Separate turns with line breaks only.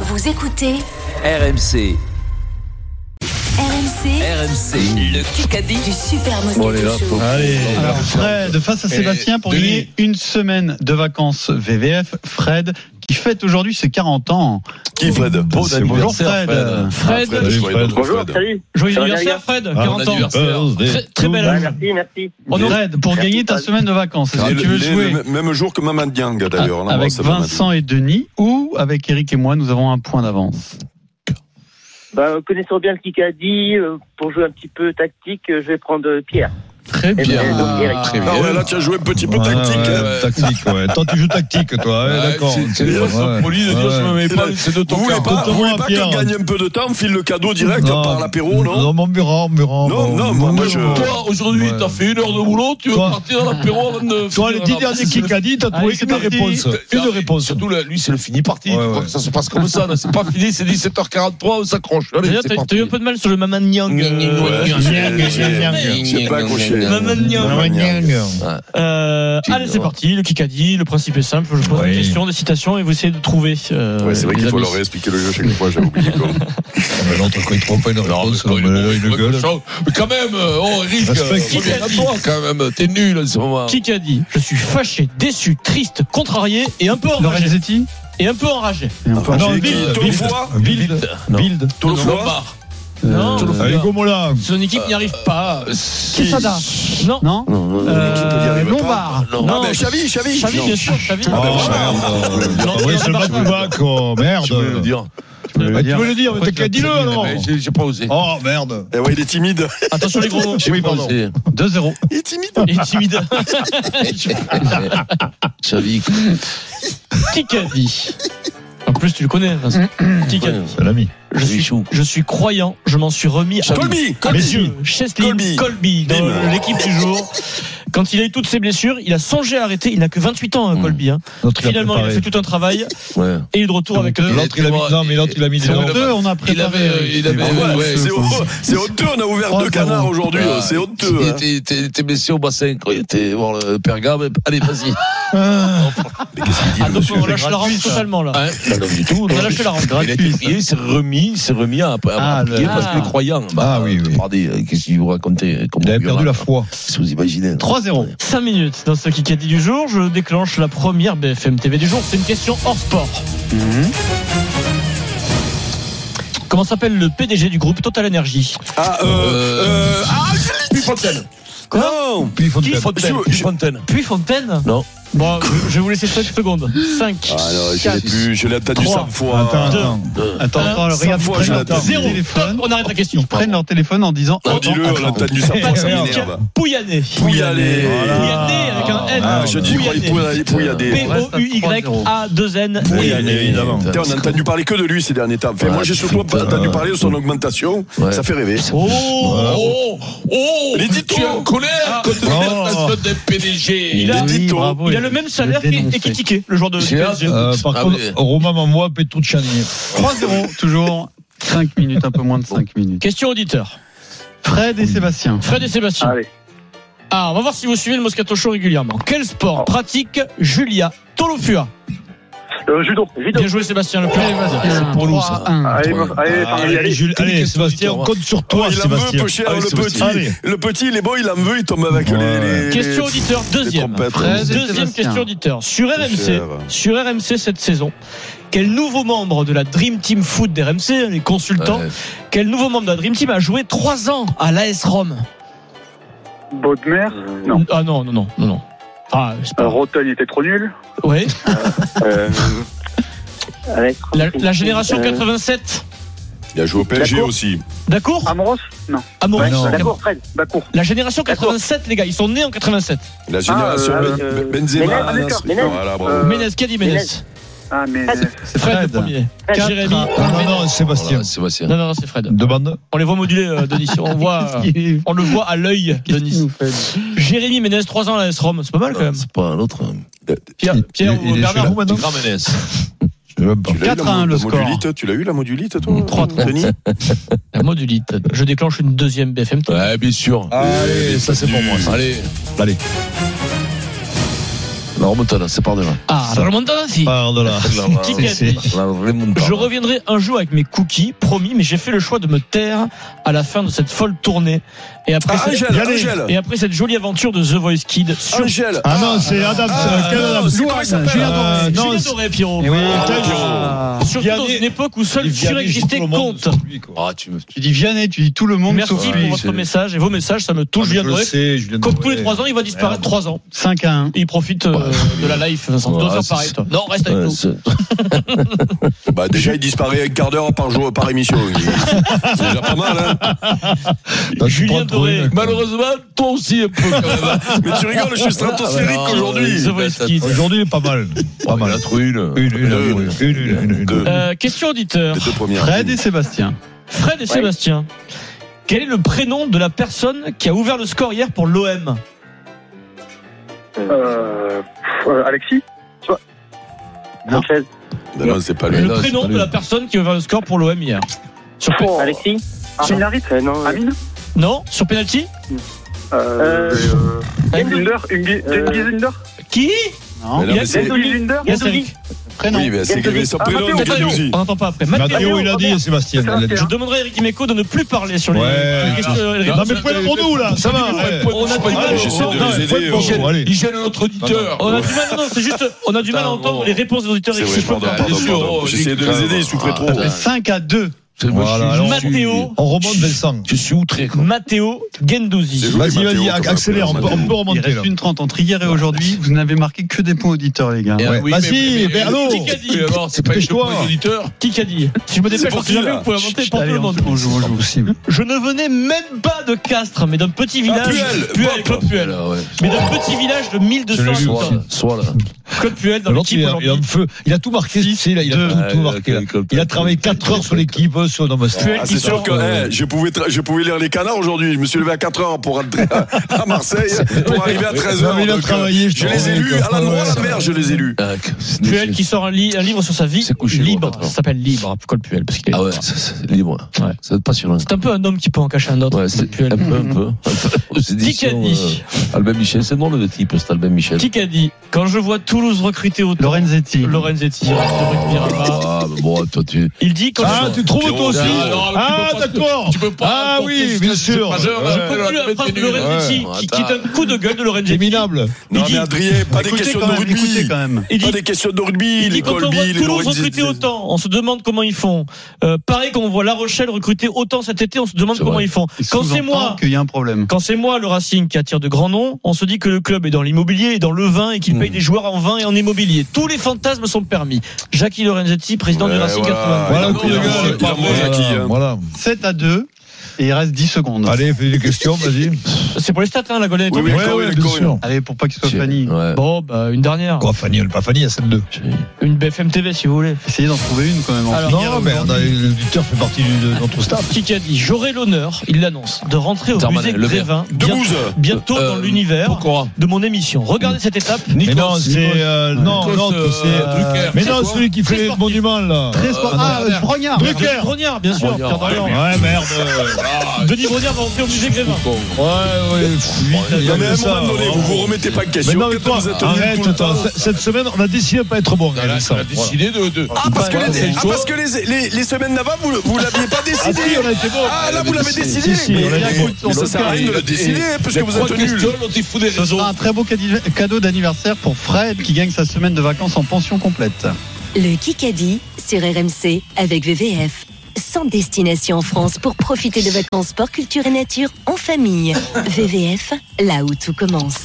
Vous écoutez
RMC,
RMC,
RMC, le Kikadi.
du Super Moscato
Bon, les gars,
Show.
faut-
Allez, alors Fred face à
Et
Sébastien pour
Denis.
gagner une semaine de vacances VVF. Fred qui fête aujourd'hui ses 40 ans.
Qui Fred
Beau
C'est
Bonjour
anniversaire,
Fred.
Fred,
Fred, je croyais
Fred.
d'autres
Bonjour,
Fred.
salut.
joyeux
Ça va bien,
anniversaire Fred, 40 ans.
anniversaire.
Très, très belle
Ouais,
année.
merci, merci.
On est
Bon.
Fred pour
Merci,
gagner ta
Fred.
semaine de vacances. Est-ce
Il est
que tu veux
né
jouer
le même jour que Mamad Gang d'ailleurs. On
avec
embrasse Mamad
Vincent et Denis ou avec Eric et moi Nous avons un point d'avance.
Bah, connaissant bien le Kikadi, euh, pour jouer un petit peu tactique, euh, je vais prendre euh, Pierre.
Très
Et
bien.
donc, Eric.
Gang. Ah ouais, là tu as joué petit peu tactique. hein.
Tactique, ouais. Toi, tu joues tactique, toi, ouais, d'accord.
euh. C'est une fois
Ouais.
poli de dire
Ouais.
je me mets pas, c'est de
Vous
ton
voulez
cœur.
pas, vous voulez
à
pas
Pierre.
qu'on gagne un peu de temps, on file le cadeau direct
Non,
par l'apéro, non
Non, mon Murat, Murat.
Non, non, moi, moi, je-
Toi, aujourd'hui,
Ouais.
t'as fait une heure de boulot, tu veux
Toi.
partir à l'apéro avant de.
Toi, les
finir
dix
la-
derniers Kikadi, t'as
Allez,
trouvé
c'est
une
parti.
réponse.
Ah,
Une
mais
réponse.
Surtout, là, lui, c'est le fini parti.
Ouais,
Faut pas
ouais.
que Ça se passe comme ça, là, c'est pas fini, c'est 17h43, on s'accroche. Allez,
D'ailleurs,
c'est
t'as
parti.
t'as eu un peu de mal sur le Maman Nyang.
Ouais,
Nyang.
j'ai- j'ai pas accroché.
Maman Nyang.
Maman Nyang.
Euh,
Nyang.
allez, c'est parti. Le Kikadi, le principe est simple. Je pose
Oui.
des questions, des citations et vous essayez de trouver. euh,
Ouais, c'est vrai
les
qu'il faut
amis.
leur réexpliquer le jeu chaque fois, j'ai oublié. quoi.
Mais L'autre, quand il trouve pas une
Non, mais
réponse,
quand il est
mais là,
mauvais,
il
faut
le
que
gueule.
je change. Mais quand même, euh, oh, Eric,
Respecte
euh,
qui
reviens
t'a
à
dit.
toi, quand même, t'es nul en ce moment.
Kikadi, je suis fâché, déçu, triste, contrarié et un peu enragé.
Lorenzetti
Et un peu enragé.
Ah
J'ai
non,
dit
Bild,
deux fois.
Bild,
Non.
Bild.
Tout le fois.
Lombard.
Non,
Euh,
Avec Gomola.
son équipe n'y arrive
Ah,
pas.
Quesada.
Non.
Non Euh, Lombard.
Ah ben Chavi, Chavi.
Xavi, bien sûr, Xavi.
Oh,
ben voilà.
merde.
Non,
Ah ouais,
c'est
c'est le
pas
match
grave.
plus bas, quoi. oh, Merde.
Je voulais le dire.
Tu veux
Ah,
le
Tu
dire.
veux le dire, mais t'as qu'à dire-le, alors.
Mais j'ai- J'ai pas osé.
Oh, merde.
Eh ouais, il est timide.
Attention les gros mots.
J'ai pas osé.
2-0.
Il est timide.
Intimidant.
Chavi,
Kikadi. En plus, tu le connais. hein, Vincent. Kikadi.
C'est l'ami.
Je suis, je suis croyant, je m'en suis remis à
Colby, Colby.
Messieurs, Cheslin,
Colby.
Colby, dans
Bim.
l'équipe du jour. Quand il a eu toutes ses blessures, il a songé à arrêter. Il n'a que 28 ans, hein, Colby. hein.
L'autre, il a
Finalement, il a
préparé.
fait tout un travail
Ouais.
et il est de retour avec euh, eux.
L'autre, il a mis, non, mais l'autre, il a mis des
C'est
gens.
honteux,
Deux, on a
Il
préparé.
avait, euh, il avait,
Ah Ouais,
ouais,
ouais, c'est haut- c'est honteux, on a ouvert
Oh,
deux
c'est
canards
bon.
aujourd'hui,
Ah,
c'est honteux. hein.
T'es- t'es- T'es blessé au bassin, quoi. T'es voir le Pergame. Allez, vas-y.
Ah,
Mais qu'est-ce qu'il dit,
Ah,
le
donc,
monsieur
on lâche la rampe totalement, là.
Hein Pas l'homme du tout.
On a lâché la rampe.
Il a été payé, il s'est remis, il s'est remis à, à
Ah,
prier
le-
parce qu'il est croyant.
Ah, oui, oui.
Regardez, euh, qu'est-ce qu'il vous racontait comme
Il avait perdu
Murat,
la
hein.
foi.
Si vous imaginez.
3-0.
5 minutes dans ce Kikadi du jour. Je déclenche la première BFM TV du jour. C'est une question hors sport. Comment s'appelle le PDG du groupe Total Energy
Ah, euh, euh, ah,
Puis Fontaine.
non
Puis il faut
Qui
le
Fontaine
Je-
Puis Fontaine.
Puis Fontaine
Non.
Bon, je, je vais vous laisser 5 secondes. 5.
Ah non, je l'ai plus, je l'ai attendu
Trois.
100 fois.
Attends,
Deux.
attends.
Attends,
Un,
attends, regarde,
fois,
ils
je
prennent
l'attends.
leur
Zéro.
téléphone.
on arrête la question.
Ils prennent leur téléphone en disant
Ah, Dis-le, on l'a attendu 100 fois, ça
Pascal
m'énerve.
Pouyanné.
Pouyanné.
Pouyanné avec un hein. N.
Ah, je dis,
Pouyanné.
il pourrait y aller.
P-O-U-Y-A-2-n.
évidemment.
Putain, on a entendu parler que de lui ces derniers temps. Enfin,
Ouais,
moi, j'ai surtout
putain.
entendu parler de son augmentation.
Ouais.
Ça fait rêver.
Oh
Oh Oh
Les dites-toi.
Tu es en colère contre
Oh.
l'augmentation des PDG.
Il
Les
a-
dites-toi.
Il a le même salaire qui est critiqué, le joueur de
J'ai hâte.
PSG.
Euh, par
Ah,
contre,
mais-
Romain m'envoie Petrucciani.
3-0, toujours 5 minutes, un peu moins de 5 minutes.
Question auditeur.
Fred et Sébastien.
Fred et Sébastien.
Allez.
Ah, on va voir si vous suivez le Moscato Show régulièrement. Quel sport pratique Julia Tolofua
Euh, judo, judo.
Bien joué Sébastien, le plus
C'est
Ah, pour nous ça.
3-1.
Allez, allez,
Ah,
allez, allez.
Jules-
Allez,
allez, Sébastien,
Sébastien,
on compte sur toi,
Ah, il en veut,
Sébastien.
peu cher,
Allez,
le
Sébastien.
petit.
Allez.
Le petit, il est bon, il en veut, il tombe avec les-
Ouais.
les. les-
Question auditeur, deuxième.
trompettes.
Fred,
Deuxième
Sébastien.
question auditeur. Sur RMC,
cher.
sur RMC cette saison, quel nouveau membre de la Dream Team Foot d'RMC, hein, les consultants,
Ouais.
quel nouveau membre de la Dream Team a joué 3 ans à l'AS Rome
Baudemer, non.
Ah non, non, non, non, non. Ah, c'est
Euh,
pas.
Rotten était trop nul.
Ouais.
Euh, Alex.
La, la génération
Euh,
87.
Il a joué au PSG
D'accord.
aussi.
D'accord
Amoros Non.
Amoros.
Ouais, non.
D'accord.
D'accord, Fred, Bacour.
Ah, La génération 87, les gars, ils sont nés en 87.
La génération
Ah, euh,
Ben-
euh,
Benzema.
Menez, Menez,
Nasri-
Menez.
Voilà, bravo.
Euh,
Ménez, qui a dit Ménez
Ménez. Ah, mais.
C'est
Fred, le
Fred.
premier.
Quatre
Jérémy.
Non, Ah non, non, Sébastien.
Voilà, Sébastien.
Non, non, non, c'est Fred.
Demande.
On les voit moduler, euh, Denis. On, voit, euh,
Qu'est-ce qu'il-
on le voit à l'œil,
qu'est-ce qu'il
Denis.
nous fait
Jérémy Ménez, 3 ans à la S-ROM. C'est pas mal quand même.
C'est pas hein. l'autre.
Pierre,
Il-
Pierre
il-
ou
il est
Bernard
chez la-
maintenant
Grand Ménès.
Je veux pas.
Tu l'as eu, la
4-1,
mo-
le
la
score.
modulite Tu l'as eu la modulite, toi
Trois, trois.
Denis
La modulite. Je déclenche une deuxième BFM.
Ouais, bien sûr.
Ah.
Ah,
Allez, ça c'est pour moi. ça.
Allez.
Allez.
La remontada, c'est par demain.
Ah, la remontada, si.
Pardon.
Kikadi.
La remontada.
Je reviendrai un jour avec mes cookies, promis, mais j'ai fait le choix de me taire à la fin de cette folle tournée. Et après,
Ah,
cette-
Angèle,
y aller.
Angèle.
et après cette jolie aventure de The Voice Kid sur
Angèle.
Ah non, c'est Adams.
Ah,
euh, Quel
non,
Adams
c'est comment il s'appelle
Julien Doré.
Euh, Julien
Non, c'est-
Doré, Pierrot.
Eh oui,
Ah.
Pierrot.
Surtout dans
Vianney-
une époque où seul surexistait compte.
Ah, tu me.
Tu dis Vianney, tu dis tout le monde
Merci
sauf
pour
lui.
votre message et vos messages, ça me
Ah,
touche, Julien Doré. Comme tous les trois ans, il va disparaître
Merde.
trois ans.
5 à 1.
Et il profite euh, de la life, Vincent. Tu dois
Ouais,
faire
c'est-
pareil, toi. Non, reste avec
Ouais,
nous.
Euh, c'est-
Bah, déjà, il disparaît un quart d'heure par jour, par émission. C'est déjà pas mal, hein.
T'as Bah,
Julien
pas de problème,
Doré.
quoi.
Malheureusement, toi aussi un peu quand même.
Mais tu rigoles, je suis stratosphérique
Ah,
aujourd'hui.
The Voice Kids.
Aujourd'hui, pas mal.
Oh,
Pas mal.
une.
Une, une,
Deux.
une, une, une, une,
Deux.
une.
Euh, question auditeur.
Les deux premières.
Fred et Sébastien.
Fred et Sébastien, quel est le prénom de la personne qui a ouvert le score hier pour l'OM
Euh, pff, euh, Alexis Tu vois
Non.
Sanchez.
Non, non, c'est pas lui.
Le
non, c'est
prénom
pas
de
lui.
la personne qui a ouvert le score pour l'OM hier. Sur pe-
Oh. Alexis Amine Harit Non. Amine
Non Sur penalty
Euh. Linder
Qui
Non.
Mais non,
Il a-
mais c'est-
Gattuso.
Gattuso.
Prénom.
Oui, mais c'est son prénom
Matteo.
Gattuso.
On n'entend pas après.
Matteo,
Matteo,
il a dit, et Sébastien. il a dit.
Je demanderai à Eric Dimeco de ne plus parler sur les
Ouais.
les questions- les-
Non, mais prenez pour nous, là. Ça va. ouais.
On a du mal.
mais j'essaie de
Non,
les aider,
Bon,
euh,
bon, allez.
Il gêne notre auditeur.
On a du mal, non, non, c'est juste, on a du mal à
Putain,
entendre
bon.
les réponses des auditeurs.
C'est
et
vrai,
je peux
pardon,
pas.
pardon, pardon. J'essayais de les aider, ils souffraient trop.
Oh.
Ça fait 5 à 2.
C'est moi,
Voilà,
je suis-
alors,
je suis-
Matteo.
On remonte, Vincent.
Je suis outré. quoi.
Matteo
C'est
Gendouzi.
joué,
Vas-y,
Matteo,
vas-y,
comme
accélère. On peut
appelé,
on peut
Il
remonter, là.
reste une trente entre hier et aujourd'hui. Vous n'avez marqué que des points auditeurs, les gars.
Eh
Ouais.
oui,
Vas-y, mais allô
qui qu'a dit Oui, alors, c'est pas une
Dépêche-toi.
point d'auditeur.
Qui a dit Si je me dépêche,
pour
parce que
qui,
jamais
là
vous pouvez inventer pour tout
Allez,
le
on,
monde.
on joue, on joue.
Je ne venais même pas de Castres, mais d'un petit village.
Puel,
Puel,
Bob.
Claude Puel.
Voilà, ouais.
Mais d'un petit village de 1200
Je l'ai vu
Soit
habitants.
là, soit là.
Claude Puel dans
L'autre,
l'équipe
il a- il a un
aujourd'hui.
feu. Il a tout marqué. tu sais, là, Il a tout- tout marqué. là. Il a travaillé 4 heures sur l'équipe, euh, sur non, mais
Puel
Ah,
qui
c'est sûr
sort.
que eh, je, pouvais tra- je pouvais lire les canards aujourd'hui. Je me suis levé à 4 heures pour rentrer à, à Marseille pour arriver à 13
Non, mais il a
heures. euh,
travaillé, je
je les
crois,
ai lus
ouais,
à l'endroit
ouais.
la mer, je les ai lus.
Ah, c'est-
Puel qui sort un, li- un livre sur sa vie
C'est couché,
libre.
moi, pas trop.
Ça s'appelle Libre, Claude Puel. parce qu'il est-
Ah ouais, ça, ça, c'est libre.
Ouais.
C'est passionnant.
C'est un peu un homme qui peut en cacher un autre.
Ouais, c'est
Claude Puel.
un peu, un peu. Aux éditions,
Kikadi.
euh, Albin Michel, c'est drôle le type, cet Albin Michel.
Qui a dit Quand je vois Toulouse recruter autant
Lorenzetti.
Mmh. Lorenzetti,
Oh,
reste de rugby Rabat.
ah, mais bon, toi, tu.
il dit quand
Ah,
je,
tu trouves toi aussi
Ah, non,
Ah, d'accord
peux
Ah oui, bien sûr Ah,
je continue la phrase de Lorenzetti qui, qui est un coup de gueule de
C'est
Lorenzetti.
minable
Non,
dit-
mais Adrien, pas des
Écoutez
questions
quand
de
même, écoutez
rugby.
quand même.
Il
Pas
dit,
des questions de rugby,
il
les
dit quand on voit
Colby, les
Toulouse recruter
Lorenzetti.
autant, on se demande comment ils font. Euh, pareil qu'on voit La Rochelle recruter autant cet été, on se demande
C'est
comment
vrai.
ils font.
Il
Quand c'est
sous-entend
moi,
qu'il y a un problème.
quand c'est moi le Racing qui attire de grands noms, on se dit que le club est dans l'immobilier et dans le vin et qu'il paye des joueurs en vin et en immobilier. Tous les fantasmes sont permis. Jackie Lorenzetti, président du
Ouais,
Racing
voilà.
80.
Voilà
il
le
en
coup de
mange, il
gueule
en mange, Jackie, hein.
Voilà
7 à 2 et il reste 10 secondes.
Allez, fais des questions, vas-y
C'est pour les stats, hein, la golette.
Oui, oui,
Ouais,
le corps,
ouais,
il est
bien
corps,
sûr
Allez, pour pas qu'il soit Fanny,
Ouais.
Bon, bah, une dernière.
Quoi, Fanny, elle pas Fanny, à celle 2
Une BFM TV, si vous voulez.
essayez d'en trouver une quand même. en
Alors,
finir
Non, mais on a-
aujourd'hui.
l'auditeur fait partie du- de notre staff
Qui qui a dit J'aurai l'honneur, il l'annonce, de rentrer au
Darmanin,
musée
Le Vert.
Grévin
De
bien-
Bouze.
bientôt dans
Euh,
l'univers
Pourquoi
de mon émission. Regardez cette étape.
Mais non, c'est... euh, Non,
Nikos,
non,
euh,
c'est... euh,
Drucker.
Mais
C'est
non,
quoi
celui qui fait les
sportif.
monuments, là
Très sport-
Euh,
ah,
Drucker.
Brognard.
Drucker Brognard, bien sûr.
Brognard. Ah,
Pierre Dorian.
Ouais, merde
Denis Brognard va rentrer au musée Grévin.
Bon.
Ouais, ouais, pff, lui, il y
Non,
a
mais à
que
un
ça
moment donné, vous vous remettez pas de
Mais
questions.
non, mais
Peut-être
toi,
vous êtes nuls tout
arrête
le
toi.
temps.
Cette- Cette semaine, on a décidé de pas être bon,
Elle a-
Vincent.
elle a décidé de. de-
Ah, parce que,
Ah,
les,
ouais.
ah, parce que les, les, les semaines d'avant, vous, le- vous l'aviez pas
Ah
décidé.
si, on a été bon
Ah, là, vous l'avez décidé.
Si, si,
mais
on a été bon.
mais ça sert à rien de le décider, parce que vous
Trois
êtes nuls.
questions, l'autre, il fout des
Ce
raisons.
sera un très beau cadi- cadeau d'anniversaire pour Fred qui gagne sa semaine de vacances en pension complète.
Le Kikadi sur RMC avec VVF. 100 destinations en France pour profiter de vacances sport, culture et nature en famille. VVF, là où tout commence.